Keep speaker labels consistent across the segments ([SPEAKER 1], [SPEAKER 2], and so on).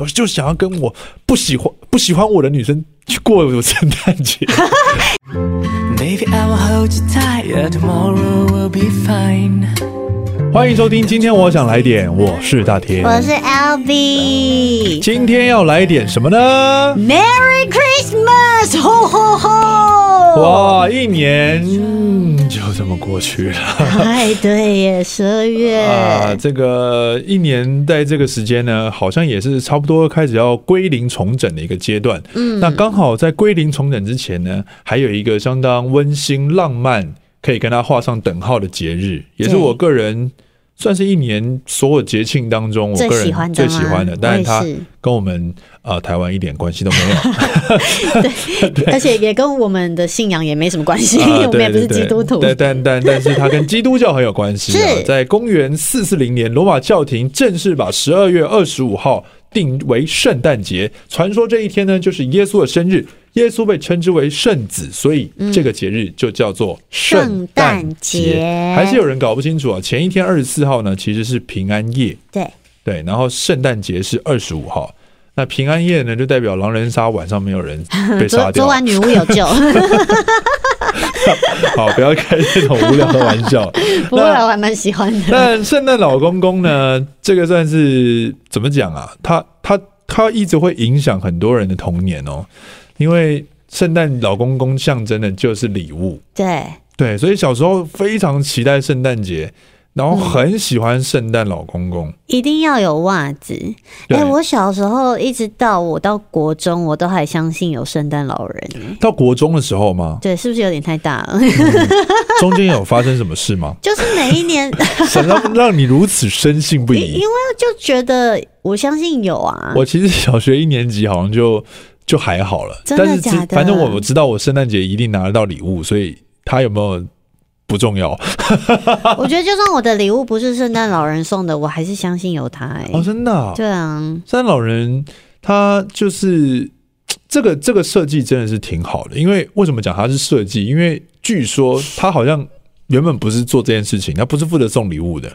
[SPEAKER 1] 我就想要跟我不喜欢不喜欢我的女生去过我的圣诞 节。
[SPEAKER 2] Baby, I will hold you tight. Yeah, tomorrow will be fine.
[SPEAKER 1] 欢迎收听，今天我想来点，我是大天。
[SPEAKER 3] 我是 LB。
[SPEAKER 1] 今天要来点什么呢？
[SPEAKER 3] Merry Christmas！吼吼吼！
[SPEAKER 1] 哇，一年嗯就这么过去了。
[SPEAKER 3] 哎，对耶，十二月、
[SPEAKER 1] 啊，这个一年在这个时间呢，好像也是差不多开始要归零重整的一个阶段。嗯，那刚好在归零重整之前呢，还有一个相当温馨浪漫，可以跟它画上等号的节日，也是
[SPEAKER 3] 对
[SPEAKER 1] 我个人算是一年所有节庆当中我
[SPEAKER 3] 最
[SPEAKER 1] 个
[SPEAKER 3] 喜欢
[SPEAKER 1] 人
[SPEAKER 3] 的
[SPEAKER 1] 最
[SPEAKER 3] 吗
[SPEAKER 1] 喜欢的，但是它
[SPEAKER 3] 我也是
[SPEAKER 1] 跟我们呃台湾一点关系都没有。
[SPEAKER 3] 而且也跟我们的信仰也没什么关 系，
[SPEAKER 1] 啊
[SPEAKER 3] 我们也不是基督徒。
[SPEAKER 1] 对对对但但但但是它跟基督教很有关系、啊。
[SPEAKER 3] 是
[SPEAKER 1] 在公元四四零年，罗马教廷正式把十二月二十五号定为圣诞节。传说这一天呢，就是耶稣的生日。耶稣被称之为圣子，所以这个节日就叫做
[SPEAKER 3] 嗯圣诞节
[SPEAKER 1] 还是有人搞不清楚啊？前一天二十四号呢，其实是平安夜，
[SPEAKER 3] 对
[SPEAKER 1] 对，然后圣诞节是二十五号。那平安夜呢，就代表狼人杀晚上没有人 被杀
[SPEAKER 3] 昨
[SPEAKER 1] 掉
[SPEAKER 3] 昨。晚女巫有 救，
[SPEAKER 1] 好，不要开这种无聊的玩笑。
[SPEAKER 3] 不啊过我还蛮喜欢的。
[SPEAKER 1] 但圣诞老公公呢，这个算是怎么讲啊？他他他一直会影响很多人的童年哦，因为圣诞老公公象征的就是礼物，
[SPEAKER 3] 对，
[SPEAKER 1] 对，所以小时候非常期待圣诞节，然后很喜欢圣诞老公公。
[SPEAKER 3] 一定要有袜子。
[SPEAKER 1] 对
[SPEAKER 3] 哎、我小时候一直到我到国中，我都还相信有圣诞老人、哎
[SPEAKER 1] 到国中的时候嘛，
[SPEAKER 3] 对，是不是有点太大了？？
[SPEAKER 1] 中间有发生什么事吗
[SPEAKER 3] 就是每一年，
[SPEAKER 1] 想让让你如此深信不
[SPEAKER 3] 因
[SPEAKER 1] 疑
[SPEAKER 3] 因？为就觉得我相信有啊。
[SPEAKER 1] 我其实小学一年级好像就就还好了，
[SPEAKER 3] 真的
[SPEAKER 1] 但是知
[SPEAKER 3] 假的
[SPEAKER 1] 反正我我知道我圣诞节一定拿得到礼物，所以他有没有不重要。
[SPEAKER 3] 我觉得就算我的礼物不是圣诞老人送的，我还是相信有他、欸。
[SPEAKER 1] 哦，真的啊、
[SPEAKER 3] 对啊，
[SPEAKER 1] 圣诞老人他就是这个这个设计真的是挺好的，因为为什么讲他是设计？因为据说他好像原本不是做这件事情，他不是负责送礼物的，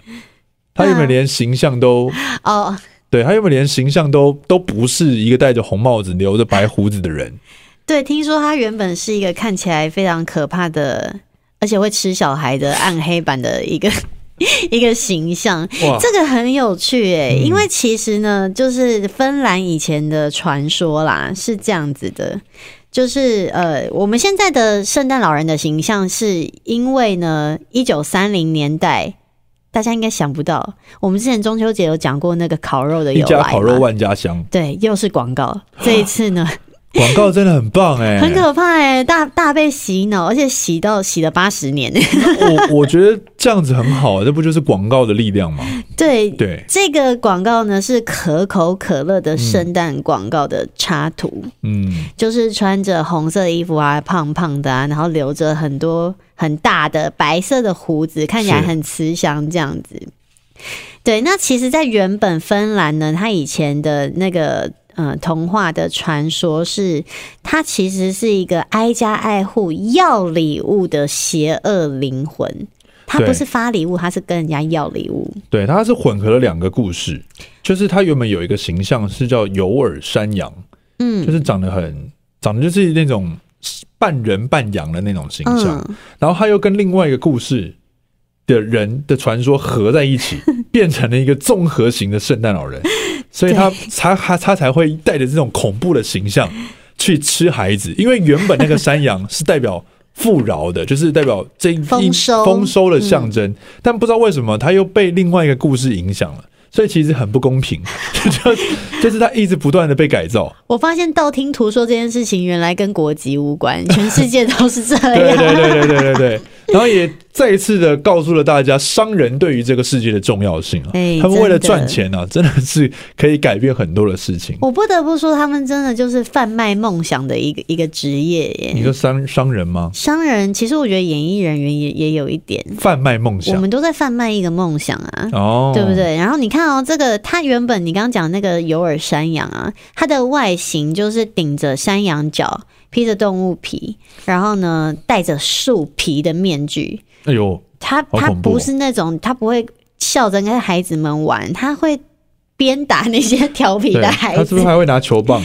[SPEAKER 1] 他原本
[SPEAKER 3] 嗯
[SPEAKER 1] 连形象 都
[SPEAKER 3] 哦，
[SPEAKER 1] 对他原本连形象都都不是一个戴着红帽子、留着白胡子的人。
[SPEAKER 3] 对，听说他原本是一个看起来非常可怕的，而且会吃小孩的暗黑版的一个 一个形象。
[SPEAKER 1] 哇，
[SPEAKER 3] 这个很有趣诶、
[SPEAKER 1] 嗯
[SPEAKER 3] 因为其实呢，就是芬兰以前的传说啦，是这样子的，就是呃，我们现在的圣诞老人的形象，是因为呢，一九三零年代。大家应该想不到，我们之前中秋节有讲过那个烤肉的
[SPEAKER 1] 一
[SPEAKER 3] 由
[SPEAKER 1] 家
[SPEAKER 3] 来
[SPEAKER 1] 烤肉
[SPEAKER 3] 嘛
[SPEAKER 1] 万家香。
[SPEAKER 3] 对，又是广告。这一次呢，
[SPEAKER 1] 广告真的很棒 哎、
[SPEAKER 3] 很可怕哎、大大被洗脑，而且洗到洗了八十年。
[SPEAKER 1] 我我觉得这样子很好、这不就是广告的力量吗？
[SPEAKER 3] 对，
[SPEAKER 1] 对，
[SPEAKER 3] 这个广告呢是可口可乐的圣诞广告的插图，
[SPEAKER 1] 嗯，
[SPEAKER 3] 就是穿着红色衣服啊，胖胖的啊，然后留着很多很大的白色的胡子，看起来
[SPEAKER 1] 是
[SPEAKER 3] 很慈祥这样子。对，那其实，在原本芬兰呢，它以前的那个呃童话的传说是，它其实是一个挨家挨户要礼物的邪恶灵魂。它
[SPEAKER 1] 对
[SPEAKER 3] 不是发礼物，它是跟人家要礼物。
[SPEAKER 1] 对，它是混合了两个故事，就是它原本有一个形象是叫有耳山羊，
[SPEAKER 3] 嗯，
[SPEAKER 1] 就是长得很长得就是那种半人半羊的那种形象，
[SPEAKER 3] 嗯，
[SPEAKER 1] 然后它又跟另外一个故事。的人的传说合在一 起，变成了一个综合型的圣诞老人，所以他他他他才会带着这种恐怖的形象去吃孩子，因为原本那个山羊是代表富饶的，就是代表这一
[SPEAKER 3] 丰收嗯
[SPEAKER 1] 丰收的象征，但不知道为什么他又被另外一个故事影响了，所以其实很不公平， 就就是他一直不断的被改造，
[SPEAKER 3] 我发现道听途说这件事情原来跟国籍无关，全世界都是这
[SPEAKER 1] 对
[SPEAKER 3] 样。
[SPEAKER 1] 对对对对对对，然后也再一次的告诉了大家，商人对于这个世界的重要性啊，
[SPEAKER 3] 哎
[SPEAKER 1] 他们为了
[SPEAKER 3] 真的
[SPEAKER 1] 赚钱啊，真的是可以改变很多的事情。
[SPEAKER 3] 我不得不说，他们真的就是贩卖梦想的一个 一个职业
[SPEAKER 1] 你
[SPEAKER 3] 耶。
[SPEAKER 1] 说商商人吗？
[SPEAKER 3] 商人其实我觉得演艺人员也也有一点，
[SPEAKER 1] 贩卖梦
[SPEAKER 3] 我
[SPEAKER 1] 想
[SPEAKER 3] 们都在贩卖一个梦想啊。
[SPEAKER 1] 啊哦，
[SPEAKER 3] 对不？对？然后你看哦，这个它原本你刚刚讲那个有耳山羊啊，它的外形就是顶着山羊角，披着动物皮，然后呢戴着树皮的面具，
[SPEAKER 1] 哎呦，
[SPEAKER 3] 他
[SPEAKER 1] 好
[SPEAKER 3] 他
[SPEAKER 1] 恐怖哦
[SPEAKER 3] 不是那种他不会笑着跟孩子们玩，他会。鞭打那些调皮
[SPEAKER 1] 对，
[SPEAKER 3] 的孩
[SPEAKER 1] 他是
[SPEAKER 3] 子
[SPEAKER 1] 不是，还会拿球棒、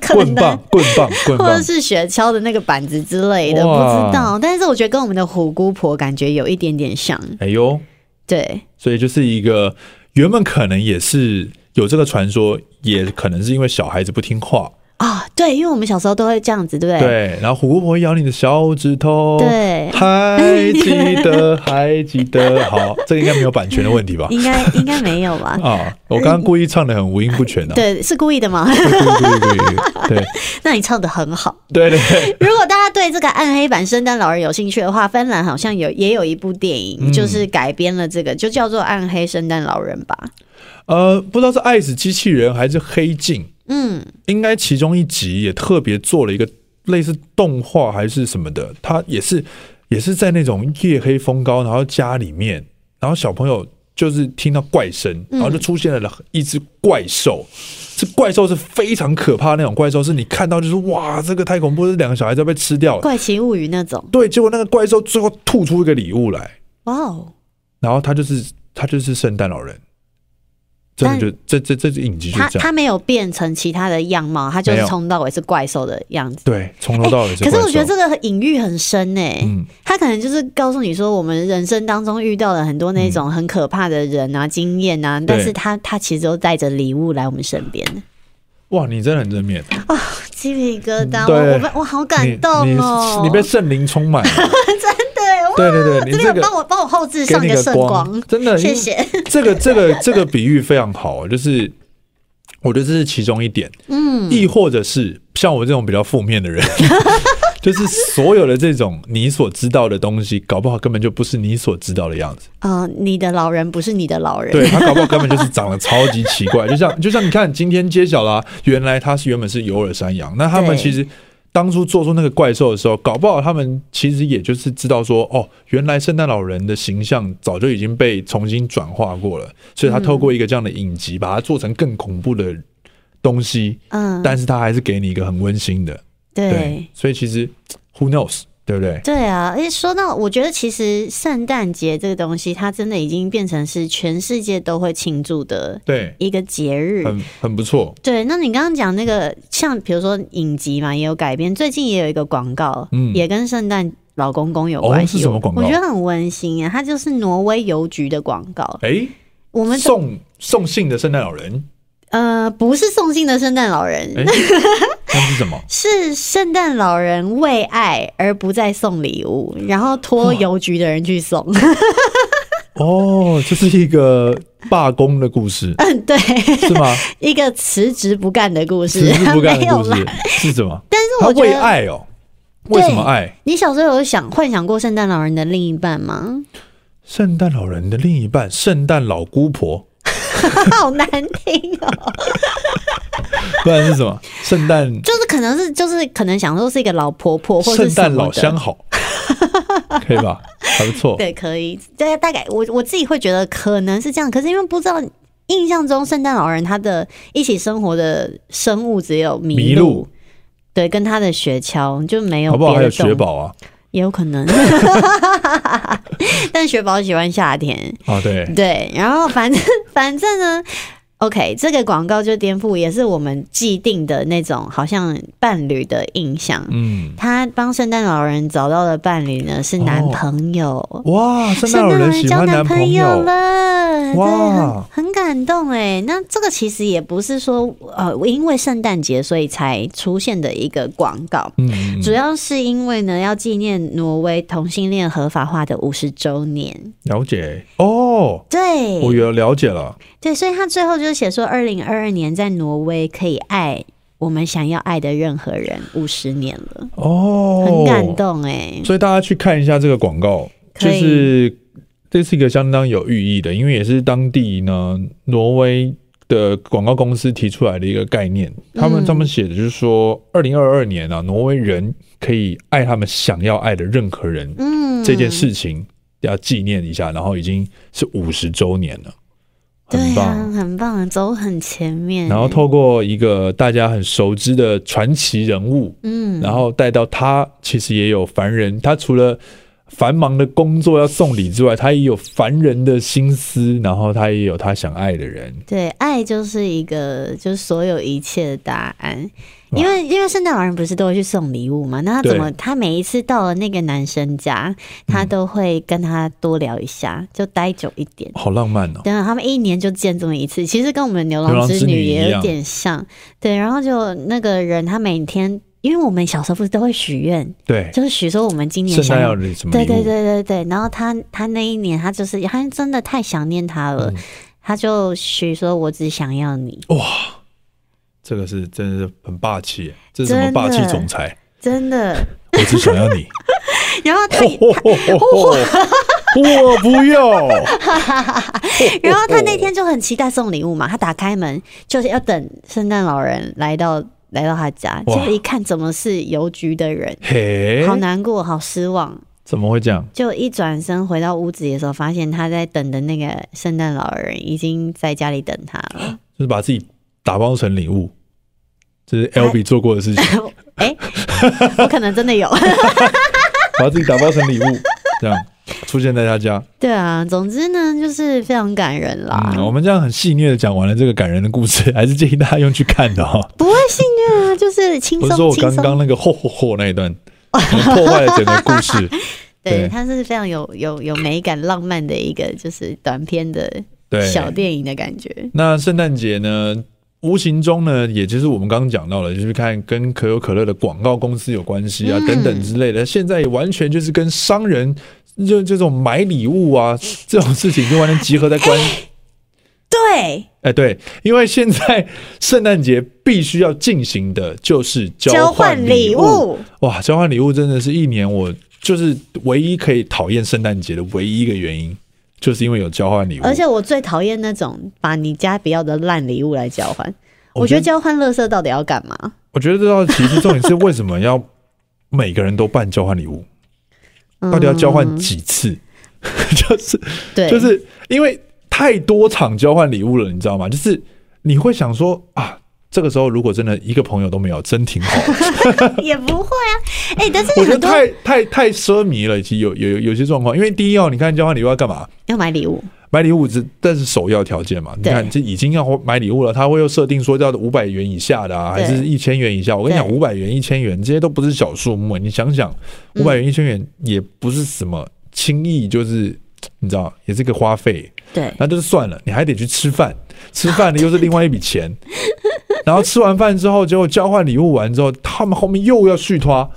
[SPEAKER 3] 可
[SPEAKER 1] 棍棒
[SPEAKER 3] 能、
[SPEAKER 1] 棍棒、棍
[SPEAKER 3] 或者
[SPEAKER 1] 棒？
[SPEAKER 3] 是雪橇的那个板子之类的，不
[SPEAKER 1] 哇
[SPEAKER 3] 知道。但是我觉得跟我们的虎姑婆感觉有一点点像，
[SPEAKER 1] 哎呦，
[SPEAKER 3] 对，
[SPEAKER 1] 所以就是一个原本可能也是有这个传说，也可能是因为小孩子不听话，
[SPEAKER 3] 啊、对，因为我们小时候都会这样子，对不对？
[SPEAKER 1] 对，然后虎姑婆会咬你的小指头，
[SPEAKER 3] 对
[SPEAKER 1] 还记得，还记得，好，这个应该没有版权的问题吧？？
[SPEAKER 3] 应该应该没有吧
[SPEAKER 1] 啊，我刚刚故意唱的很五音不全的、啊，
[SPEAKER 3] 对，是故意的吗？
[SPEAKER 1] 对对对对对
[SPEAKER 3] 那你唱的很好。
[SPEAKER 1] 对对对，
[SPEAKER 3] 如果大家对这个暗黑版《圣诞老人》有兴趣的话，芬兰好像有也有一部电影，
[SPEAKER 1] 嗯
[SPEAKER 3] 就是改编了这个，就叫做《暗黑圣诞老人》吧。
[SPEAKER 1] 呃，不知道是爱死机器人还是黑镜，
[SPEAKER 3] 嗯，
[SPEAKER 1] 应该其中一集也特别做了一个类似动画还是什么的，它也是也是在那种夜黑风高，然后家里面，然后小朋友就是听到怪声，然后就出现了一只怪兽。这怪兽是非常可怕的那种怪兽，是你看到就是哇，这个太恐怖，这两个小孩子要被吃掉
[SPEAKER 3] 《
[SPEAKER 1] 了。
[SPEAKER 3] 怪奇物语》那种。
[SPEAKER 1] 对，结果那个怪兽最后吐出一个礼物来，
[SPEAKER 3] 哇哦，
[SPEAKER 1] 然后他就是他就是圣诞老人，真的就这这这这影集就
[SPEAKER 3] 他
[SPEAKER 1] 这样，
[SPEAKER 3] 他没有变成其他的样貌，他就
[SPEAKER 1] 没
[SPEAKER 3] 是
[SPEAKER 1] 有
[SPEAKER 3] 从到尾是怪兽的样子。
[SPEAKER 1] 对，从头到尾是
[SPEAKER 3] 哎
[SPEAKER 1] 怪
[SPEAKER 3] 可
[SPEAKER 1] 兽。
[SPEAKER 3] 是我觉得这个隐喻很深呢、
[SPEAKER 1] 嗯
[SPEAKER 3] 他可能就是告诉你说，我们人生当中遇到了很多那
[SPEAKER 1] 嗯
[SPEAKER 3] 种很可怕的人啊、经验啊，但是他他其实都带着礼物来我们身边。
[SPEAKER 1] 哇，你真的很正面，
[SPEAKER 3] 鸡皮疙瘩，
[SPEAKER 1] 嗯
[SPEAKER 3] 我
[SPEAKER 1] 对
[SPEAKER 3] 我被我好感动哦！
[SPEAKER 1] 你你你被圣灵充满 了，
[SPEAKER 3] 对，哇
[SPEAKER 1] 对 对对，你
[SPEAKER 3] 这
[SPEAKER 1] 这
[SPEAKER 3] 边有
[SPEAKER 1] 个
[SPEAKER 3] 帮我帮我后置
[SPEAKER 1] 给
[SPEAKER 3] 上一
[SPEAKER 1] 你
[SPEAKER 3] 个圣
[SPEAKER 1] 光，真的
[SPEAKER 3] 谢。谢。
[SPEAKER 1] 因为 这个这个这个比喻非常好，哦就是我觉得这是其中一点，
[SPEAKER 3] 嗯，
[SPEAKER 1] 亦或者是像我这种比较负面的人。 就是所有的这种你所知道的东西，搞不好根本就不是你所知道的样子。
[SPEAKER 3] 呃，你的老人不是你的老人，
[SPEAKER 1] 对他搞不好根本就是长得超级奇怪，就像就像你看，今天揭晓啦、原来他是原本是有耳山羊，那他们
[SPEAKER 3] 对
[SPEAKER 1] 其实当初做出那个怪兽的时候，搞不好他们其实也就是知道说，哦，原来圣诞老人的形象早就已经被重新转化过了，所以他透
[SPEAKER 3] 嗯
[SPEAKER 1] 过一个这样的影集，把它做成更恐怖的东西，
[SPEAKER 3] 嗯，
[SPEAKER 1] 但是他还是给你一个很温馨的，
[SPEAKER 3] 对。
[SPEAKER 1] 所以其实 who knows，对不对？
[SPEAKER 3] 对啊，而且说到，我觉得其实圣诞节这个东西，它真的已经变成是全世界都会庆祝的
[SPEAKER 1] 对，
[SPEAKER 3] 一个节日。
[SPEAKER 1] 很很不错，
[SPEAKER 3] 对，那你刚刚讲那个，像比如说影集嘛，也有改编，最近也有一个广告，
[SPEAKER 1] 嗯
[SPEAKER 3] 也跟圣诞老公公有
[SPEAKER 1] 哦
[SPEAKER 3] 关系。
[SPEAKER 1] 是什么广告
[SPEAKER 3] 我觉得很温馨啊，它就是挪威邮局的广告。
[SPEAKER 1] 哎，
[SPEAKER 3] 我们
[SPEAKER 1] 送送信的圣诞老人。
[SPEAKER 3] 呃，不是送信的圣诞老人，
[SPEAKER 1] 哎，那是什么？
[SPEAKER 3] 是圣诞老人为爱而不再送礼物，然后托邮局的人去送。，
[SPEAKER 1] 哦，这是一个罢工的故事
[SPEAKER 3] 嗯，对，
[SPEAKER 1] 是吗？
[SPEAKER 3] 一个辞职不干的故
[SPEAKER 1] 辞
[SPEAKER 3] 事，
[SPEAKER 1] 职不干
[SPEAKER 3] 没
[SPEAKER 1] 的
[SPEAKER 3] 有
[SPEAKER 1] 故
[SPEAKER 3] 啦
[SPEAKER 1] 事。是什么？
[SPEAKER 3] 但是
[SPEAKER 1] 他
[SPEAKER 3] 我觉
[SPEAKER 1] 为
[SPEAKER 3] 得，
[SPEAKER 1] 爱哦，为什么爱？
[SPEAKER 3] 你小时候有想幻想过圣诞老人的另一半吗？
[SPEAKER 1] 圣诞老人的另一半，圣诞老姑婆，
[SPEAKER 3] 好难听 哦，
[SPEAKER 1] 不然是什么？圣诞
[SPEAKER 3] 就是可能是就是可能想说是一个老婆婆 或是
[SPEAKER 1] 圣
[SPEAKER 3] 什
[SPEAKER 1] 诞
[SPEAKER 3] 么
[SPEAKER 1] 老
[SPEAKER 3] 的
[SPEAKER 1] 相 好，可以吧？还不错。
[SPEAKER 3] 对，可以，大大概我我自己会觉得可能是这样，可是因为不知道，印象中圣诞老人他的一起生活的生物只有麋
[SPEAKER 1] 麋鹿
[SPEAKER 3] 对，跟他的雪橇就没有
[SPEAKER 1] 好不好？
[SPEAKER 3] 别
[SPEAKER 1] 还有
[SPEAKER 3] 的
[SPEAKER 1] 雪
[SPEAKER 3] 动物，
[SPEAKER 1] 宝啊，
[SPEAKER 3] 也有可能， 但雪宝喜欢夏天，
[SPEAKER 1] 啊对，
[SPEAKER 3] 对，然后反正 反正呢。OK，这个广告就颠覆，也是我们既定的那种好像伴侣的印象。
[SPEAKER 1] 嗯，
[SPEAKER 3] 他帮圣诞老人找到的伴侣呢是男
[SPEAKER 1] 哦
[SPEAKER 3] 朋友，
[SPEAKER 1] 哇，圣
[SPEAKER 3] 圣
[SPEAKER 1] 诞老
[SPEAKER 3] 诞老
[SPEAKER 1] 人
[SPEAKER 3] 人
[SPEAKER 1] 喜
[SPEAKER 3] 交
[SPEAKER 1] 欢
[SPEAKER 3] 男
[SPEAKER 1] 男
[SPEAKER 3] 朋
[SPEAKER 1] 朋
[SPEAKER 3] 友
[SPEAKER 1] 友，
[SPEAKER 3] 了，
[SPEAKER 1] 哇
[SPEAKER 3] 哇，很很感动哎。那这个其实也不是说呃，因为圣诞节所以才出现的一个广告。
[SPEAKER 1] 嗯，
[SPEAKER 3] 主要是因为呢，要纪念挪威同性恋合法化的五十周年。
[SPEAKER 1] 了解哦，我
[SPEAKER 3] 对，
[SPEAKER 1] 有了解了，
[SPEAKER 3] 对，所以他最后就写说，二零二二年在挪威可以爱我们想要爱的任何人，五十年了，
[SPEAKER 1] 哦，
[SPEAKER 3] 很感动哎。
[SPEAKER 1] 所以大家去看一下这个广告，就
[SPEAKER 3] 可以
[SPEAKER 1] 是这是一个相当有寓意的，因为也是当地呢挪威的广告公司提出来的一个概念。他们
[SPEAKER 3] 嗯
[SPEAKER 1] 他们写的就是说，二零二二年啊，挪威人可以爱他们想要爱的任何人、
[SPEAKER 3] 嗯，
[SPEAKER 1] 这件事情。要纪念一下，然后已经是五十周年了，很
[SPEAKER 3] 对
[SPEAKER 1] 棒。
[SPEAKER 3] 啊，很棒，走很前面。欸
[SPEAKER 1] 然后透过一个大家很熟知的传奇人物，
[SPEAKER 3] 嗯，
[SPEAKER 1] 然后带到他其实也有凡人，他除了繁忙的工作要送礼之外，他也有烦人的心思，然后他也有他想爱的人。
[SPEAKER 3] 对，爱就是一个，就是所有一切的答案。
[SPEAKER 1] 哇
[SPEAKER 3] 因为因为圣诞老人不是都会去送礼物嘛？那他
[SPEAKER 1] 对嗯
[SPEAKER 3] 怎么？他每一次到了那个男生家，他都会跟他多聊一下，就待久一点。
[SPEAKER 1] 好浪漫哦！
[SPEAKER 3] 等等，他们一年就见这么一次，其实跟我们牛
[SPEAKER 1] 牛
[SPEAKER 3] 郎
[SPEAKER 1] 郎
[SPEAKER 3] 织
[SPEAKER 1] 织
[SPEAKER 3] 女
[SPEAKER 1] 女一
[SPEAKER 3] 也有
[SPEAKER 1] 样
[SPEAKER 3] 点像。对，然后就那个人，他每天，因为我们小时候不是都会许愿，
[SPEAKER 1] 对，
[SPEAKER 3] 就是许说我们今年
[SPEAKER 1] 圣
[SPEAKER 3] 想
[SPEAKER 1] 诞
[SPEAKER 3] 要
[SPEAKER 1] 要礼什么礼
[SPEAKER 3] 对
[SPEAKER 1] 物？
[SPEAKER 3] 对对对对，然后他他那一年他就是他真的太想念他
[SPEAKER 1] 嗯
[SPEAKER 3] 了，他就许说：“我只想要你。
[SPEAKER 1] 哦哇，这个是真的是很霸气耶，这是什么
[SPEAKER 3] 真的
[SPEAKER 1] 霸气总裁？”
[SPEAKER 3] 真的，
[SPEAKER 1] 我只想要 你。
[SPEAKER 3] 然后他
[SPEAKER 1] 吼吼吼吼吼！我不要。
[SPEAKER 3] 然后他那天就很期待送礼物嘛，他打开门就是要等圣诞老人来到来到他家，结
[SPEAKER 1] 哇
[SPEAKER 3] 果一看怎么是邮局的人，
[SPEAKER 1] 嘿，
[SPEAKER 3] 好难过，好失望。
[SPEAKER 1] 怎么会这样？
[SPEAKER 3] 就一转身回到屋子里的时候，发现他在等的那个圣诞老人已经在家里等他了。
[SPEAKER 1] 就是把自己打包成礼物，这是
[SPEAKER 3] 哎
[SPEAKER 1] L B 做过的 事情，
[SPEAKER 3] 哎、我可能真的有。
[SPEAKER 1] 把自己打包成礼物，这样出现在他家。
[SPEAKER 3] 对啊，总之呢，就是非常感人啦。
[SPEAKER 1] 嗯，我们这样很戏谑的讲完了这个感人的故事，还是建议大家用去看的哈、哦。
[SPEAKER 3] 不会幸运啊，就是轻
[SPEAKER 1] 不是说
[SPEAKER 3] 松
[SPEAKER 1] 我
[SPEAKER 3] 轻
[SPEAKER 1] 刚刚
[SPEAKER 3] 松。
[SPEAKER 1] 那个嚯嚯嚯那一段，可能破坏了整个故事。
[SPEAKER 3] 对，
[SPEAKER 1] 对
[SPEAKER 3] 它是非常有有有美感、浪漫的一个就是短片的
[SPEAKER 1] 对，
[SPEAKER 3] 小电影的感觉。
[SPEAKER 1] 那圣诞节呢，无形中呢，也就是我们刚刚讲到了，就是看跟可口可乐的广告公司有关系啊，
[SPEAKER 3] 嗯
[SPEAKER 1] 等等之类的。现在也完全就是跟商人就这种买礼物啊这种事情，就完全集合在 关。
[SPEAKER 3] 对，
[SPEAKER 1] 哎，对，因为现在圣诞节必须要进行的就是
[SPEAKER 3] 交
[SPEAKER 1] 换
[SPEAKER 3] 换礼
[SPEAKER 1] 物。
[SPEAKER 3] 物，
[SPEAKER 1] 哇，交换礼物真的是一年我就是唯一可以讨厌圣诞节的唯一一个原因，就是因为有交换礼物。
[SPEAKER 3] 而且我最讨厌那种把你家不要的烂礼物来交换。
[SPEAKER 1] 我
[SPEAKER 3] 我觉
[SPEAKER 1] 觉
[SPEAKER 3] 得
[SPEAKER 1] 得
[SPEAKER 3] 交换垃圾到底要干嘛？
[SPEAKER 1] 我觉得这道题是重点是为什么要每个人都办交换礼物？到底要交换
[SPEAKER 3] 嗯
[SPEAKER 1] 几次？ 就是
[SPEAKER 3] 对，
[SPEAKER 1] 就是因为太多场交换礼物了，你知道吗？就是你会想说啊，这个时候如果真的一个朋友都没有，真挺好的。
[SPEAKER 3] 也不会啊。哎、但是
[SPEAKER 1] 我觉得
[SPEAKER 3] 很多
[SPEAKER 1] 太太太奢靡了，其实有有有些状况，因为第一哦，你看交换礼物要干嘛？
[SPEAKER 3] 要买礼物，
[SPEAKER 1] 买礼物只但是首要条件嘛，你
[SPEAKER 3] 对
[SPEAKER 1] 看这已经要买礼物了，他会又设定说要五百元以下的啊，还
[SPEAKER 3] 对
[SPEAKER 1] 是一千元以下？我跟你讲，
[SPEAKER 3] 对
[SPEAKER 1] 五百元、一千元这些都不是小数目，你想想，
[SPEAKER 3] 嗯
[SPEAKER 1] 五百元、一千元也不是什么轻易，就是你知道，也是个花费，
[SPEAKER 3] 对
[SPEAKER 1] 那就是算了，你还得去吃饭，吃饭的又是另外一笔钱，然后吃完饭之后，结果交换礼物完之后，他们后面又要续拖，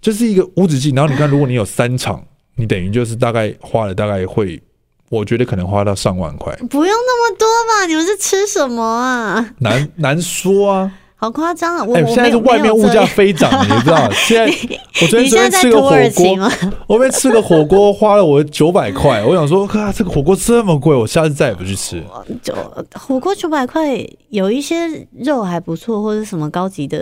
[SPEAKER 1] 就是一个无止境。然后你看，如果你有三场，你等于就是大概花了大概会，我觉得可能花到上万块，
[SPEAKER 3] 不用那么多吧？你们是吃什么啊？
[SPEAKER 1] 难难说啊。
[SPEAKER 3] 好夸张啊！我、
[SPEAKER 1] 哎、
[SPEAKER 3] 我
[SPEAKER 1] 现在
[SPEAKER 3] 没
[SPEAKER 1] 是
[SPEAKER 3] 有
[SPEAKER 1] 外面物。
[SPEAKER 3] 没有
[SPEAKER 1] 价
[SPEAKER 3] 这样
[SPEAKER 1] 飞涨，你知 道？现在我昨天随
[SPEAKER 3] 你
[SPEAKER 1] 便
[SPEAKER 3] 现在在
[SPEAKER 1] 吃个
[SPEAKER 3] 土
[SPEAKER 1] 火
[SPEAKER 3] 耳其
[SPEAKER 1] 锅
[SPEAKER 3] 吗？，
[SPEAKER 1] 我被吃个火锅花了我九百块，我想说，啊，这个火锅这么贵，我下次再也不去 吃。
[SPEAKER 3] 就火锅九百块，有一些肉还不错，或者什么高级的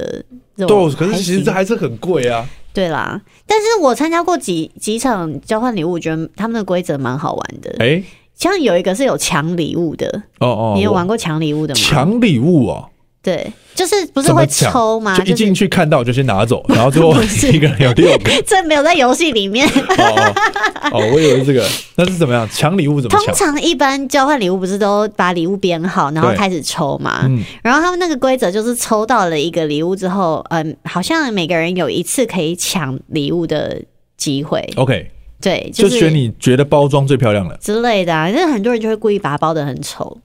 [SPEAKER 3] 肉还
[SPEAKER 1] 对，
[SPEAKER 3] 行。
[SPEAKER 1] 可是其实这还是很贵啊。
[SPEAKER 3] 对啦。但是我参加过几几场交换礼物，我觉得他们的规则蛮好玩的。
[SPEAKER 1] 哎、
[SPEAKER 3] 像有一个是有抢礼物的，
[SPEAKER 1] 哦哦，
[SPEAKER 3] 你有
[SPEAKER 1] 我
[SPEAKER 3] 玩过抢礼物的吗？
[SPEAKER 1] 抢礼物哦？
[SPEAKER 3] 对，就是
[SPEAKER 1] 不
[SPEAKER 3] 不是会抽吗？
[SPEAKER 1] 就一进
[SPEAKER 3] 是
[SPEAKER 1] 去看到就先拿 走，然后最后
[SPEAKER 3] 是
[SPEAKER 1] 一个人有六个。
[SPEAKER 3] 这没有在游戏里面。
[SPEAKER 1] 哦哦，哦我以为这个，那是怎么样？抢礼物怎么
[SPEAKER 3] 通
[SPEAKER 1] 抢？
[SPEAKER 3] 常一般交换礼物不是都把礼物编好，然后
[SPEAKER 1] 对
[SPEAKER 3] 开始抽嘛？
[SPEAKER 1] 嗯
[SPEAKER 3] 然后他们那个规则就是抽到了一个礼物之后，嗯，好像每个人有一次可以抢礼物的机会，
[SPEAKER 1] ，OK，
[SPEAKER 3] 对，
[SPEAKER 1] 哦就是选你觉得包装最漂亮的
[SPEAKER 3] 之类的啊。那很多人就会故意把它包的很丑，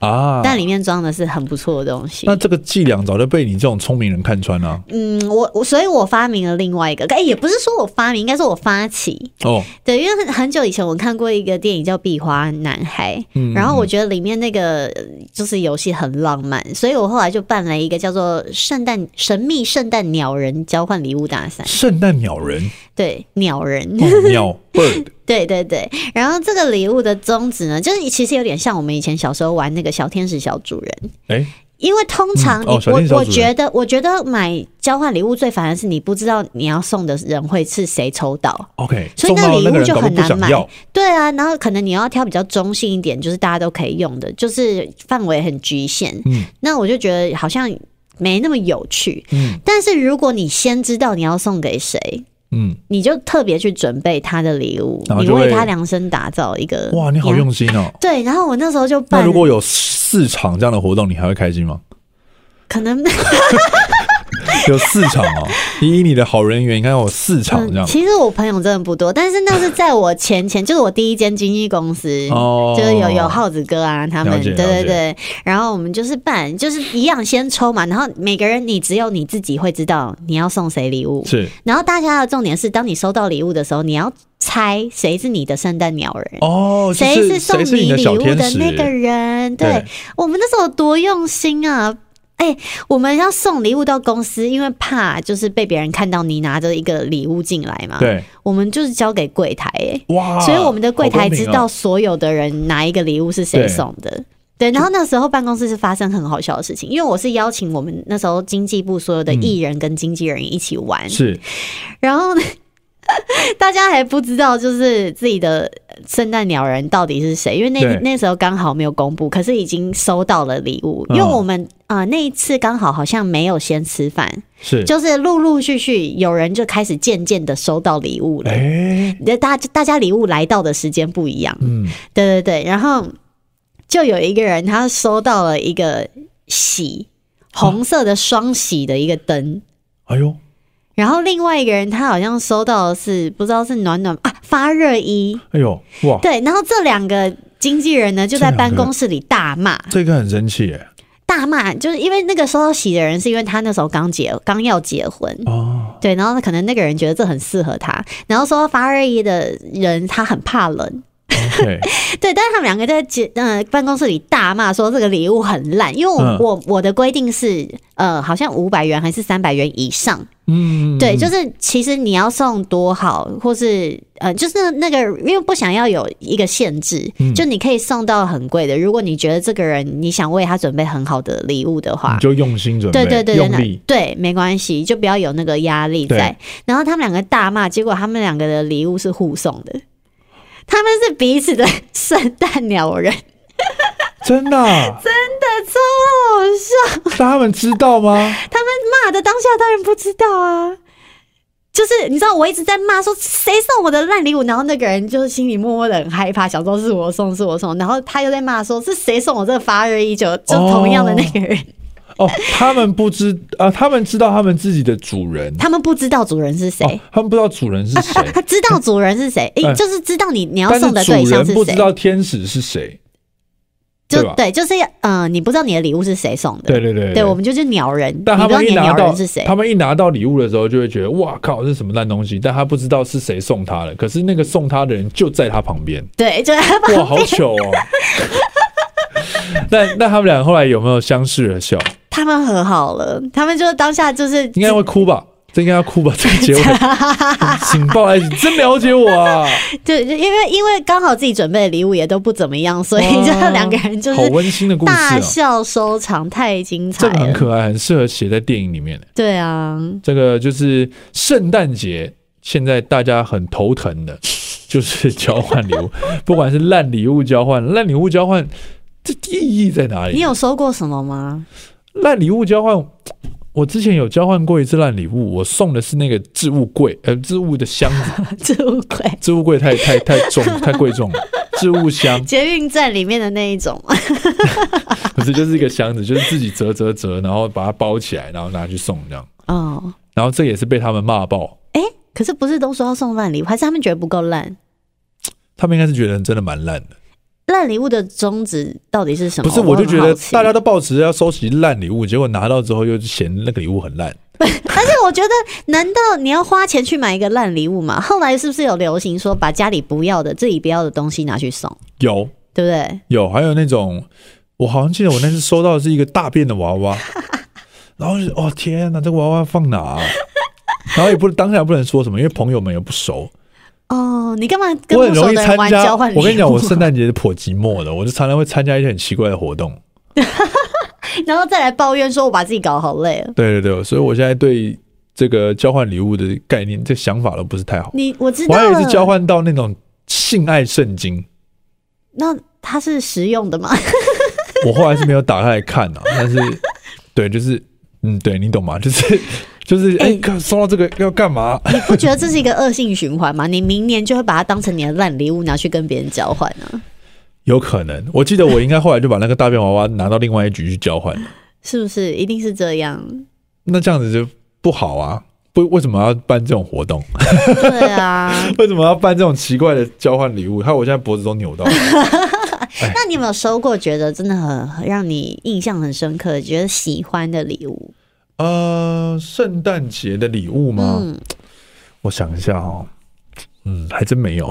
[SPEAKER 1] 啊。
[SPEAKER 3] 但里面装的是很不错的东西
[SPEAKER 1] 那。这个伎俩早就被你这种聪明人看穿啊了、
[SPEAKER 3] 嗯，我我所以，我发明了另外一个，哎，也不是说我发明，应该说我发起。
[SPEAKER 1] 哦，
[SPEAKER 3] 对，因为很很久以前我看过一个电影叫《壁花男孩》，
[SPEAKER 1] 嗯
[SPEAKER 3] 然后我觉得里面那个呃就是游戏很浪漫，所以我后来就办了一个叫做“圣诞神秘圣诞鸟人交换礼物大赛
[SPEAKER 1] 圣诞鸟 人，”。
[SPEAKER 3] 对，鸟人，
[SPEAKER 1] 哦鸟 bird，
[SPEAKER 3] 对对对。然后这个礼物的宗旨呢，就是其实有点像我们以前小时候玩那个小天使小主人。
[SPEAKER 1] 哎，
[SPEAKER 3] 因为通常
[SPEAKER 1] 嗯
[SPEAKER 3] 你、
[SPEAKER 1] 哦小天使小
[SPEAKER 3] 我我
[SPEAKER 1] 主人
[SPEAKER 3] 觉得我觉得买交换礼物最烦的是你不知道你要送的人会是谁抽到。
[SPEAKER 1] OK，
[SPEAKER 3] 所以
[SPEAKER 1] 送
[SPEAKER 3] 那
[SPEAKER 1] 到
[SPEAKER 3] 礼
[SPEAKER 1] 那个
[SPEAKER 3] 物
[SPEAKER 1] 人
[SPEAKER 3] 就
[SPEAKER 1] 搞
[SPEAKER 3] 很
[SPEAKER 1] 不
[SPEAKER 3] 难
[SPEAKER 1] 想
[SPEAKER 3] 买
[SPEAKER 1] 要，。
[SPEAKER 3] 对啊，然后可能你要挑比较中性一点，就是大家都可以用的，就是范围很局限。
[SPEAKER 1] 嗯
[SPEAKER 3] 那我就觉得好像没那么有趣。
[SPEAKER 1] 嗯
[SPEAKER 3] 但是如果你先知道你要送给谁，
[SPEAKER 1] 嗯，
[SPEAKER 3] 你就特别去准备他的礼物
[SPEAKER 1] 然，后
[SPEAKER 3] 你
[SPEAKER 1] 就会
[SPEAKER 3] 为他量身打造一个。
[SPEAKER 1] 哇，你好用心哦。
[SPEAKER 3] 对，然后我那时候就
[SPEAKER 1] 那
[SPEAKER 3] 办了，
[SPEAKER 1] 如果有四场这样的活动，你还会开心吗？
[SPEAKER 3] 可能
[SPEAKER 1] 有四场哦，以你的好人缘，你看有四场这
[SPEAKER 3] 嗯，
[SPEAKER 1] 样。
[SPEAKER 3] 其实我朋友真的不多，但是那是在我前前，就是我第一间经纪公司，
[SPEAKER 1] 哦
[SPEAKER 3] 就是有有耗子哥啊他们，
[SPEAKER 1] 了解
[SPEAKER 3] 对
[SPEAKER 1] 了
[SPEAKER 3] 对
[SPEAKER 1] 解
[SPEAKER 3] 对。然后我们就是办，就是一样先抽嘛，然后每个人你只有你自己会知道你要送谁礼物。
[SPEAKER 1] 是
[SPEAKER 3] 然后大家的重点是，当你收到礼物的时候，你要猜谁是你的圣诞鸟人。
[SPEAKER 1] 哦，就
[SPEAKER 3] 谁
[SPEAKER 1] 是
[SPEAKER 3] 送
[SPEAKER 1] 谁是
[SPEAKER 3] 你
[SPEAKER 1] 的
[SPEAKER 3] 礼
[SPEAKER 1] 小
[SPEAKER 3] 物
[SPEAKER 1] 天
[SPEAKER 3] 的
[SPEAKER 1] 使？
[SPEAKER 3] 那个人？对
[SPEAKER 1] 对
[SPEAKER 3] 我们那时候有多用心啊！哎、我们要送礼物到公司，因为怕就是被别人看到你拿着一个礼物进来嘛。，
[SPEAKER 1] 对，
[SPEAKER 3] 我们就是交给柜台、哎，
[SPEAKER 1] 哇！
[SPEAKER 3] 所以我们的柜台知
[SPEAKER 1] 好公
[SPEAKER 3] 道
[SPEAKER 1] 平哦
[SPEAKER 3] 所有的人拿一个礼物是谁
[SPEAKER 1] 对
[SPEAKER 3] 送的。对，然后那时候办公室是发生很好笑的事情，因为我是邀请我们那时候经济部所有的
[SPEAKER 1] 嗯
[SPEAKER 3] 艺人跟经纪人一起玩，
[SPEAKER 1] 啊是
[SPEAKER 3] 然后呢， 大家还不知道就是自己的圣诞鸟人到底是谁，因为那
[SPEAKER 1] 对
[SPEAKER 3] 那时候刚好没有公布，可是已经收到了礼物。因
[SPEAKER 1] 嗯
[SPEAKER 3] 为我们啊、呃那一次刚好好像没有先吃饭，
[SPEAKER 1] 是，
[SPEAKER 3] 就是陆陆续续有人就开始渐渐的收到礼物了。
[SPEAKER 1] 哎，
[SPEAKER 3] 那大大家礼物来到的时间不一样，
[SPEAKER 1] 嗯，
[SPEAKER 3] 对对对，然后就有一个人他收到了一个喜红色的双喜的一个灯，
[SPEAKER 1] 哎呦，
[SPEAKER 3] 然后另外一个人他好像收到的是不知道是暖暖啊发热衣，
[SPEAKER 1] 哎呦，哇，
[SPEAKER 3] 对，然后这两个经纪人呢就在
[SPEAKER 1] 这两
[SPEAKER 3] 办
[SPEAKER 1] 个
[SPEAKER 3] 公室里大骂
[SPEAKER 1] 这个很生气耶！
[SPEAKER 3] 大骂，就是因为那个收到喜的人是因为他那时候刚结刚要结婚，
[SPEAKER 1] 哦，
[SPEAKER 3] 对，然后可能那个人觉得这很适合他，然后收到发热衣的人他很怕冷，
[SPEAKER 1] 对，
[SPEAKER 3] 对，但是他们两个在结呃办公室里大骂说这个礼物很烂，因为我、
[SPEAKER 1] 嗯
[SPEAKER 3] 我我的规定是呃好像五百元还是三百元以上。
[SPEAKER 1] 嗯，
[SPEAKER 3] 对，就是其实你要送多好，或是呃，就是那个，因为不想要有一个限制，
[SPEAKER 1] 嗯
[SPEAKER 3] 就你可以送到很贵的。如果你觉得这个人你想为他准备很好的礼物的话
[SPEAKER 1] 你，就用心准备，
[SPEAKER 3] 对对对对，
[SPEAKER 1] 用
[SPEAKER 3] 那
[SPEAKER 1] 力，
[SPEAKER 3] 对，没关系，就不要有那个压力
[SPEAKER 1] 对
[SPEAKER 3] 在。然后他们两个大骂，结果他们两个的礼物是互送的，他们是彼此的圣诞鸟人，
[SPEAKER 1] 真的啊，
[SPEAKER 3] 超好笑。
[SPEAKER 1] 他们知道吗？
[SPEAKER 3] 他们骂的当下当然不知道啊。就是你知道，我一直在骂说谁送我的烂礼物，然后那个人就是心里默默的很害怕，想说是我送是我送，然后他又在骂说是谁送我这个发热衣，就就同样的那个人，
[SPEAKER 1] 哦，他们不知啊，他们知道他们自己的主人，
[SPEAKER 3] 他们不知道主人是谁。
[SPEAKER 1] 哦，他们不知道主人是谁
[SPEAKER 3] 啊，他知道主人是谁，诶、
[SPEAKER 1] 哎
[SPEAKER 3] 就是知道你你要
[SPEAKER 1] 但
[SPEAKER 3] 送的
[SPEAKER 1] 是主
[SPEAKER 3] 对象
[SPEAKER 1] 人
[SPEAKER 3] 是
[SPEAKER 1] 不
[SPEAKER 3] 谁
[SPEAKER 1] 知，道天使是谁。
[SPEAKER 3] 就
[SPEAKER 1] 对吧
[SPEAKER 3] 对，就是嗯、呃，你不知道你的礼物是谁送的，
[SPEAKER 1] 对对对
[SPEAKER 3] 对我们就是鸟人，你不
[SPEAKER 1] 但他
[SPEAKER 3] 知道
[SPEAKER 1] 们
[SPEAKER 3] 你
[SPEAKER 1] 一
[SPEAKER 3] 的
[SPEAKER 1] 拿
[SPEAKER 3] 鸟
[SPEAKER 1] 到
[SPEAKER 3] 人是谁，
[SPEAKER 1] 他们一拿到礼物的时候，就会觉得哇靠，这是什么烂东西？但他不知道是谁送他的，可是那个送他的人就在他旁边，
[SPEAKER 3] 对，就是 他
[SPEAKER 1] 哇，好糗哦。 那那他们俩后来有没有相视而笑？
[SPEAKER 3] 他们和好了，他们就当下就是
[SPEAKER 1] 应该会哭吧？这应该要哭吧？这个结尾请抱在一起，真了解我啊！
[SPEAKER 3] 对，就因为因为刚好自己准备的礼物也都不怎么样，所以
[SPEAKER 1] 哇
[SPEAKER 3] 就两个人 就
[SPEAKER 1] 哦好
[SPEAKER 3] 是
[SPEAKER 1] 温馨的故事
[SPEAKER 3] 大
[SPEAKER 1] 啊，
[SPEAKER 3] 笑收场，太精彩
[SPEAKER 1] 这个很
[SPEAKER 3] 了。
[SPEAKER 1] 可爱，很适合写在电影里面。
[SPEAKER 3] 对啊，
[SPEAKER 1] 这个就是圣诞节，现在大家很头疼的， 就是交换礼物， 不管是烂礼物交换，烂礼物交换，这意义在哪里？
[SPEAKER 3] 你有收过什么吗？
[SPEAKER 1] 烂礼物交换？我之前有交换过一次烂礼物，我送的是那个置物柜，呃，置物的箱子，
[SPEAKER 3] 置物柜、
[SPEAKER 1] 置物柜太太太重，太贵重了，置物箱
[SPEAKER 3] 捷运站里面的那一种，
[SPEAKER 1] 不是就是一个箱子，就是自己折折折，然后把它包起来，然后拿去送这样，
[SPEAKER 3] 哦，
[SPEAKER 1] 然后这也是被他们骂爆，
[SPEAKER 3] 哎、可是不是都说要送烂礼物，还是他们觉得不够烂？
[SPEAKER 1] 他们应该是觉得真的蛮烂的。
[SPEAKER 3] 烂礼物的宗旨到底是什么？
[SPEAKER 1] 不是，
[SPEAKER 3] 我
[SPEAKER 1] 我就
[SPEAKER 3] 很
[SPEAKER 1] 觉
[SPEAKER 3] 好
[SPEAKER 1] 得
[SPEAKER 3] 奇
[SPEAKER 1] 大 家都抱持要收集烂礼物，结果拿到之后又嫌那个礼物很烂。
[SPEAKER 3] 而且我觉得，难道你要花钱去买一个烂礼物吗？后来是不是有流行说把家里不要的、自己不要的东西拿去送，
[SPEAKER 1] 有
[SPEAKER 3] 对不对？
[SPEAKER 1] 有，还有那种，我好像记得我那次收到的是一个大便的娃 娃，然后就哦天哪，这个娃娃放哪、啊？然后也不当下不能说什么，因为朋友们也不熟，
[SPEAKER 3] 哦，你干嘛跟
[SPEAKER 1] 我很
[SPEAKER 3] 不熟
[SPEAKER 1] 容
[SPEAKER 3] 的
[SPEAKER 1] 易参
[SPEAKER 3] 人玩
[SPEAKER 1] 加。
[SPEAKER 3] 交换礼物？
[SPEAKER 1] 我跟你 讲，我圣诞节是颇寂寞的，我就常常会参加一些很奇怪的活动。
[SPEAKER 3] 然后再来抱怨说我把自己搞好累了。
[SPEAKER 1] 对对对，所以我现在对这个交换礼物的概念、这想法都不是太好。
[SPEAKER 3] 你我知
[SPEAKER 1] 我
[SPEAKER 3] 道
[SPEAKER 1] 还有一
[SPEAKER 3] 了，
[SPEAKER 1] 次交换到那种性爱圣经，
[SPEAKER 3] 那它是实用的吗？
[SPEAKER 1] 我后来是没有打开来看啊，但是对，就是嗯，对你懂吗？就是 就是哎
[SPEAKER 3] 哎，
[SPEAKER 1] 看收到这个要干嘛？
[SPEAKER 3] 你不觉得这是一个恶性循环吗？你明年就会把它当成你的烂礼物拿去跟别人交换啊，
[SPEAKER 1] 有可能，我记得我应该后来就把那个大便娃娃拿到另外一局去交换，
[SPEAKER 3] 是不是？一定是这 样。
[SPEAKER 1] 那这样子就不好啊！不，为什么要办这种活动？
[SPEAKER 3] 对啊，
[SPEAKER 1] 为什么要办这种奇怪的交换礼物？害我现在脖子都扭到了。哎
[SPEAKER 3] 那你有没有收过觉得真的很很让你印象很深刻、觉得喜欢的礼物？
[SPEAKER 1] 呃，圣诞节的礼物吗？
[SPEAKER 3] 嗯，
[SPEAKER 1] 我想一下哦，嗯，还真没有。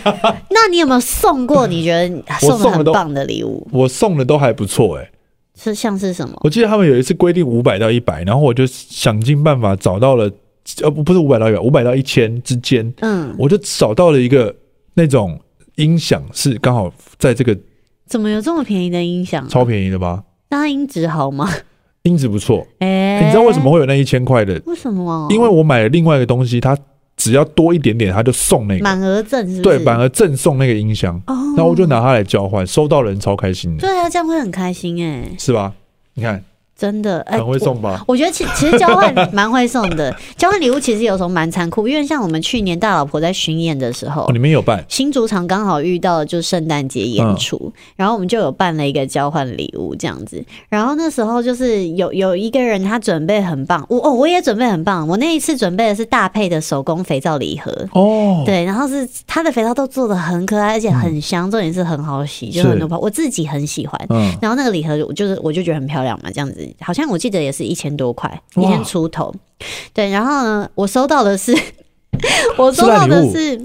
[SPEAKER 3] 那你有没有送过你觉得送的
[SPEAKER 1] 送的
[SPEAKER 3] 很
[SPEAKER 1] 都
[SPEAKER 3] 棒的礼物？
[SPEAKER 1] 我送的都还不错哎、
[SPEAKER 3] 是像是什么？
[SPEAKER 1] 我记得他们有一次规定五百到一百，然后我就想尽办法找到了，呃，不不是五百到一百，五百到一千之间，
[SPEAKER 3] 嗯，
[SPEAKER 1] 我就找到了一个那种音响是刚好在这个
[SPEAKER 3] 怎么有这么便宜的音响？
[SPEAKER 1] 超便宜的吧，
[SPEAKER 3] 那它音质好吗？
[SPEAKER 1] 音质不错。
[SPEAKER 3] 哎、
[SPEAKER 1] 你知道为什么？会有那一千块的？
[SPEAKER 3] 为什么？
[SPEAKER 1] 因为我买了另外一个东西，它只要多一点点，它就送那个，
[SPEAKER 3] 满额赠是不
[SPEAKER 1] 对，
[SPEAKER 3] 是？
[SPEAKER 1] 反而赠送那个音箱。
[SPEAKER 3] 哦，
[SPEAKER 1] 然后我就拿它来交换，收到人超开心的，
[SPEAKER 3] 对啊，这样会很开心哎、
[SPEAKER 1] 是吧？你看，
[SPEAKER 3] 真的哎、
[SPEAKER 1] 很会送吧？
[SPEAKER 3] 我觉得其其实交换 蛮会送的，交换礼物其实有时候蛮残酷，因为像我们去年大老婆在巡演的时候
[SPEAKER 1] 哦，，你们也有办
[SPEAKER 3] 新主场刚好遇到就是圣诞节演出，
[SPEAKER 1] 嗯
[SPEAKER 3] 然后我们就有办了一个交换礼物这样子。然后那时候就是有有一个人他准备很棒，我哦我也准备很棒，我那一次准备的是大配的手工肥皂礼盒。
[SPEAKER 1] 哦？
[SPEAKER 3] 对，然后是它的肥皂都做的很可爱，而且很香，重点是很好洗，就是很多泡，我自己很喜欢。
[SPEAKER 1] 嗯，
[SPEAKER 3] 然后那个礼盒，我就是我就觉得很漂亮嘛，这样子，好像我记得也是一千多块，
[SPEAKER 1] 哇
[SPEAKER 3] 一千出头。对，然后呢，我收到的是， 我收到的是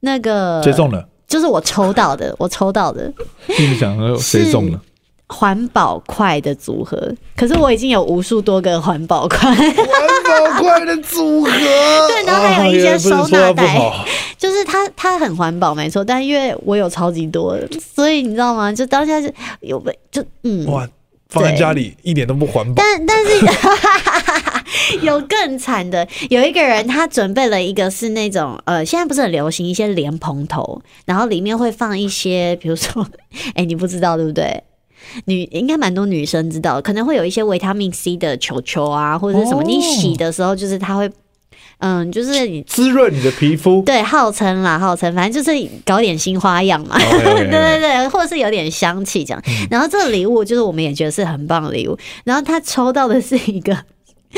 [SPEAKER 3] 那个，
[SPEAKER 1] 谁送的？
[SPEAKER 3] 就是我抽 到的，我抽到的
[SPEAKER 1] 你们想呃谁
[SPEAKER 3] 是
[SPEAKER 1] 送的？
[SPEAKER 3] 环保筷的组合，可是我已经有无数多个环保筷，
[SPEAKER 1] 环保筷的组合，对
[SPEAKER 3] 然后还有
[SPEAKER 1] 啊
[SPEAKER 3] 一些收纳袋
[SPEAKER 1] 不好，
[SPEAKER 3] 就是它它很环保没错，但因为我有超级多，所以你知道吗？就当下是有被就嗯，
[SPEAKER 1] 哇，放在家里一点都不环保。
[SPEAKER 3] 但但是 有更惨的，有一个人他准备了一个是那种呃，现在不是很流行一些莲蓬头，然后里面会放一些，比如说， 哎、你不知道对不对？女应该蛮多女生知道，可能会有一些维他命 C 的球球啊，或者是什么。
[SPEAKER 1] 哦
[SPEAKER 3] 你洗的时候，就是它会，嗯，就是你
[SPEAKER 1] 滋润你的皮肤。
[SPEAKER 3] 对号称啦，号称，反正就是搞点新花样嘛。对
[SPEAKER 1] OK，OK，OK
[SPEAKER 3] 对对，或者是有点香气这样。然后这个礼物就是我们也觉得是很棒的礼物，然后他抽到的是一个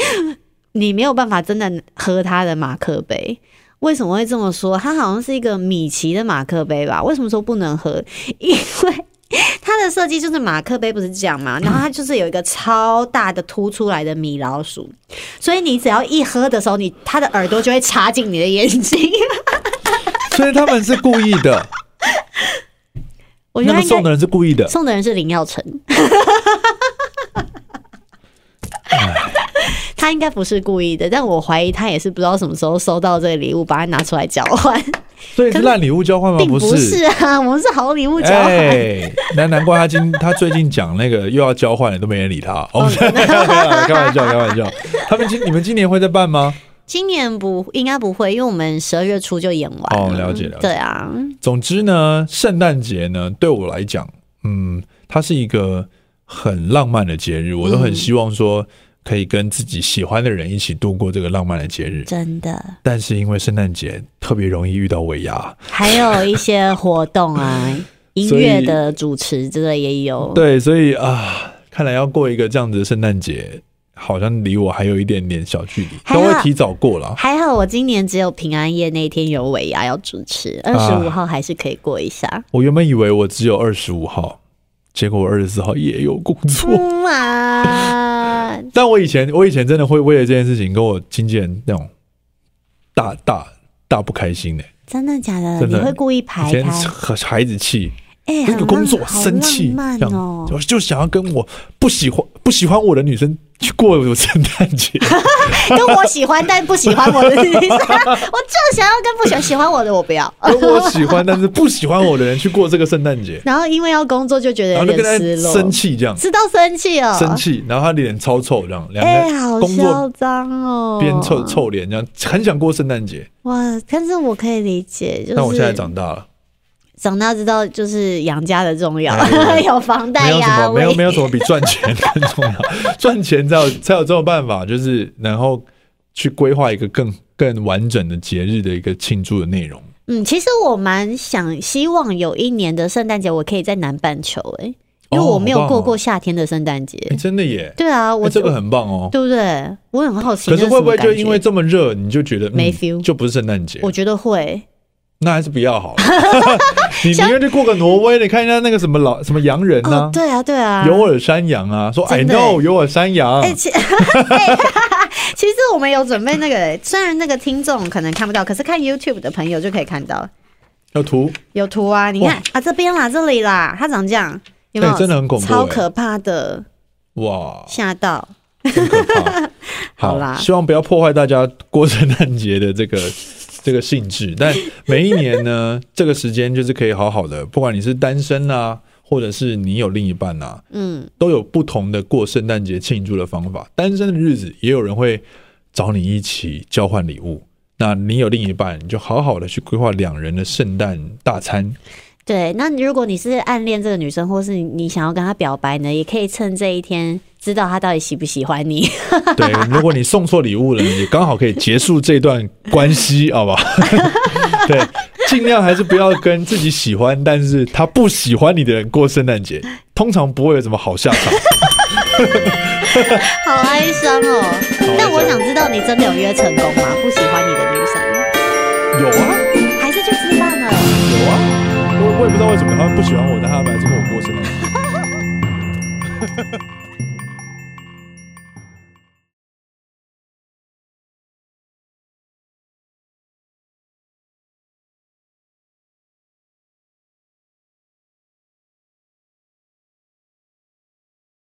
[SPEAKER 3] 你没有办法真的喝它的马克杯。为什么会这么说？它好像是一个米奇的马克杯吧？为什么说不能喝？因为它的设计就是马克杯不是这样嘛，然后它就是有一个超大的凸出来的米老鼠，所以你只要一喝的时候，你它的耳朵就会插进你的眼睛。
[SPEAKER 1] 所以他们是故意的，
[SPEAKER 3] 我觉
[SPEAKER 1] 那个
[SPEAKER 3] 得他应该
[SPEAKER 1] 送的人是故意的。
[SPEAKER 3] 送的人是林耀成，
[SPEAKER 1] 哎
[SPEAKER 3] 他应该不是故意的，但我怀疑他也是不知道什么时候收到这个礼物，把它拿出来交换，
[SPEAKER 1] 所以是烂礼物交换吗？
[SPEAKER 3] 并不
[SPEAKER 1] 哦是。
[SPEAKER 3] 啊，我们是好礼物交换。
[SPEAKER 1] 哎，难难怪他今他最近讲那个又要交换了，都没人理他。哦， 开玩笑，开玩笑。他们今你们今年会再办吗？
[SPEAKER 3] 今年不应该不会，因为我们十二月初就演完
[SPEAKER 1] 哦了解了解
[SPEAKER 3] 对啊，
[SPEAKER 1] 总之呢，圣诞节呢，对我来讲，嗯，它是一个很浪漫的节日，我都很希望说可以跟自己喜欢的人一起度过这个浪漫的节日。
[SPEAKER 3] 真的，
[SPEAKER 1] 但是因为圣诞节特别容易遇到尾牙，
[SPEAKER 3] 还有一些活动啊，音
[SPEAKER 1] 所以
[SPEAKER 3] 乐的主持之类也有。
[SPEAKER 1] 对，所以啊，看来要过一个这样子的圣诞节，好像离我还有一点点小距离，
[SPEAKER 3] 还好
[SPEAKER 1] 都会提早过了。
[SPEAKER 3] 还好我今年只有平安夜那一天有尾牙要主持，二
[SPEAKER 1] 啊
[SPEAKER 3] 十五号还是可以过一下。
[SPEAKER 1] 我原本以为我只有二十五号，结果我二十四号也有工作。
[SPEAKER 3] 嗯啊，
[SPEAKER 1] 但我以前，我以前真的会为了这件事情跟我经纪人那种大大大不开心的、
[SPEAKER 3] 真的假的？
[SPEAKER 1] 真的
[SPEAKER 3] 你会故意
[SPEAKER 1] 以
[SPEAKER 3] 排
[SPEAKER 1] 前
[SPEAKER 3] 他？
[SPEAKER 1] 和孩子气，
[SPEAKER 3] 哎、
[SPEAKER 1] 为
[SPEAKER 3] 很
[SPEAKER 1] 了工作
[SPEAKER 3] 浪
[SPEAKER 1] 生气，
[SPEAKER 3] 好浪
[SPEAKER 1] 这样
[SPEAKER 3] 漫哦
[SPEAKER 1] 我！就想要跟我不喜欢不喜欢我的女生去过我圣诞 节。
[SPEAKER 3] 哎跟我喜欢但不喜欢我的 女生，我就想要跟不喜欢喜欢我的我不要。，
[SPEAKER 1] 跟我喜欢但是不喜欢我的人去过这个圣诞节
[SPEAKER 3] 然后因为要工作就觉得
[SPEAKER 1] 然
[SPEAKER 3] 有
[SPEAKER 1] 后就
[SPEAKER 3] 点
[SPEAKER 1] 跟
[SPEAKER 3] 失
[SPEAKER 1] 他
[SPEAKER 3] 落，
[SPEAKER 1] 生气这样，
[SPEAKER 3] 知道生气哦，
[SPEAKER 1] 生气，然后他脸超臭这样，两
[SPEAKER 3] 哎、
[SPEAKER 1] 个
[SPEAKER 3] 好
[SPEAKER 1] 工
[SPEAKER 3] 嚣
[SPEAKER 1] 作
[SPEAKER 3] 张哦！
[SPEAKER 1] 边臭臭脸这样，很想过圣诞节，
[SPEAKER 3] 哇！但是我可以理解，就是
[SPEAKER 1] 但我现在长大了，
[SPEAKER 3] 长大知道就是养家的重要，
[SPEAKER 1] 哎
[SPEAKER 3] 有房贷
[SPEAKER 1] 没有什
[SPEAKER 3] 呀，
[SPEAKER 1] 么，没有
[SPEAKER 3] 喂
[SPEAKER 1] 没有什么比赚钱更重 要，赚钱才有才有这种办法，就是然后去规划一个更更完整的节日的一个庆祝的内容。
[SPEAKER 3] 嗯，其实我蛮想希望有一年的圣诞节我可以在南半球、哎，因为
[SPEAKER 1] 哦
[SPEAKER 3] 我没有
[SPEAKER 1] 好棒
[SPEAKER 3] 过
[SPEAKER 1] 哦
[SPEAKER 3] 过夏天的圣诞节。
[SPEAKER 1] 哎真的耶，
[SPEAKER 3] 对啊，
[SPEAKER 1] 哎
[SPEAKER 3] 我、
[SPEAKER 1] 这个很棒哦。
[SPEAKER 3] 对不对？我很好奇，
[SPEAKER 1] 可是会不会
[SPEAKER 3] 那什么
[SPEAKER 1] 就
[SPEAKER 3] 感觉
[SPEAKER 1] 因为这么热，你就觉得、嗯
[SPEAKER 3] 没 feel
[SPEAKER 1] 就不是圣诞节？
[SPEAKER 3] 我觉得会，
[SPEAKER 1] 那还是不要好 了。你宁愿去过个挪威，你看一下那个什么老什么洋人
[SPEAKER 3] 哦
[SPEAKER 1] 呐、，
[SPEAKER 3] 对啊，对啊，
[SPEAKER 1] 有啊尔山羊啊，说 I
[SPEAKER 3] 真的耶
[SPEAKER 1] know 有尔山羊，
[SPEAKER 3] 哎、其哎哈哈哈其实我们有准备那个、欸虽然那个听众可能看不到，可是看 YouTube 的朋友就可以看到
[SPEAKER 1] 有图
[SPEAKER 3] 有图啊。你看啊，这边啦，这里啦，它长这样，有没有？
[SPEAKER 1] 哎真的很恐怖
[SPEAKER 3] 超
[SPEAKER 1] 哎
[SPEAKER 3] 可怕的，
[SPEAKER 1] 哇，
[SPEAKER 3] 吓到。
[SPEAKER 1] 真可怕。
[SPEAKER 3] 好啦
[SPEAKER 1] 希望不要破坏大家过圣诞节的这个 这个兴致。但每一年呢， 这个时间就是可以好好的，不管你是单身啊，或者是你有另一半啊，
[SPEAKER 3] 嗯，
[SPEAKER 1] 都有不同的过圣诞节庆祝的方法。单身的日子，也有人会找你一起交换礼物。那你有另一半，你就好好的去规划两人的圣诞大餐。
[SPEAKER 3] 对。那如果你是暗恋这个女生，或是你你想要跟她表白呢，也可以趁这一天知道她到底喜不喜欢你。
[SPEAKER 1] 对，如果你送错礼物了，你刚好可以结束这段关系，好吧？对，尽量还是不要跟自己喜欢但是他不喜欢你的人过圣诞节，通常不会有什么好下场。
[SPEAKER 3] 好哀伤哦。
[SPEAKER 1] 伤
[SPEAKER 3] 但我想知道你真的有约成功吗？不喜欢你的女生，
[SPEAKER 1] 有啊，
[SPEAKER 3] 还是去吃饭了？
[SPEAKER 1] 有啊，我我也不知道为什么他们不喜欢我，但他们还是跟我过圣诞节。